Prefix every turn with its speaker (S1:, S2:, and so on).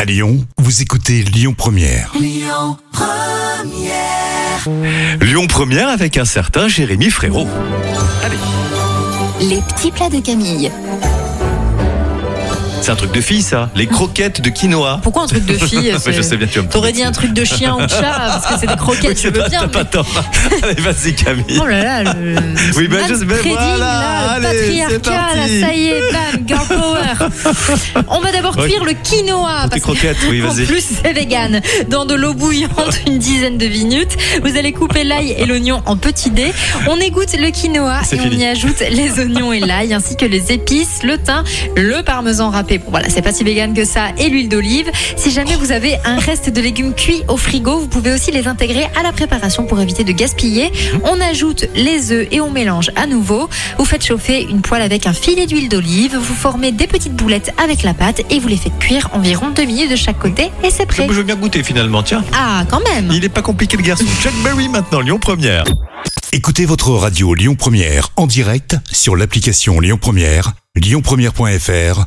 S1: À Lyon, vous écoutez Lyon Première.
S2: Lyon Première avec un certain Jérémy Frérot.
S3: Les petits plats de Camille.
S2: C'est un truc de fille ça, les croquettes de quinoa.
S4: Pourquoi un truc de fille c'est-
S2: Je sais bien, tu vas me
S4: T'aurais dit un truc de chien ou de chat parce que c'est des croquettes, je veux
S2: T'as
S4: bien.
S2: t'as pas
S4: mais-
S2: tort. Allez, vas-y Camille.
S4: Oh là là, le.
S2: Oui, ben, je sais- ben,
S4: trading,
S2: voilà,
S4: là, le
S2: allez, c'est
S4: patriarcat, là,
S2: parti.
S4: ça y est, bam, girl power. On va d'abord
S2: Ouais.
S4: cuire le quinoa.
S2: Tes
S4: parce que-
S2: croquettes, oui,
S4: En
S2: vas-y.
S4: plus, c'est vegan. Dans de l'eau bouillante, une dizaine de minutes. Vous allez couper l'ail et l'oignon en petits dés. On égoutte le quinoa
S2: C'est
S4: et on
S2: fini.
S4: y ajoute les oignons et l'ail, ainsi que les épices, le thym, le parmesan râpé. Bon, voilà, c'est pas si vegan que ça. Et l'huile d'olive. Si jamais vous avez un reste de légumes cuits au frigo, vous pouvez aussi les intégrer à la préparation pour éviter de gaspiller. On ajoute les œufs et on mélange à nouveau. Vous faites chauffer une poêle avec un filet d'huile d'olive. Vous formez des petites boulettes avec la pâte et vous les faites cuire environ deux minutes de chaque côté et c'est
S2: Je
S4: prêt.
S2: veux bien goûter finalement, tiens.
S4: Ah, quand même.
S2: Il est pas compliqué le garçon. Jack Berry maintenant, Lyon Première.
S1: Écoutez votre radio Lyon Première en direct sur l'application Lyon Première, lyonpremière.fr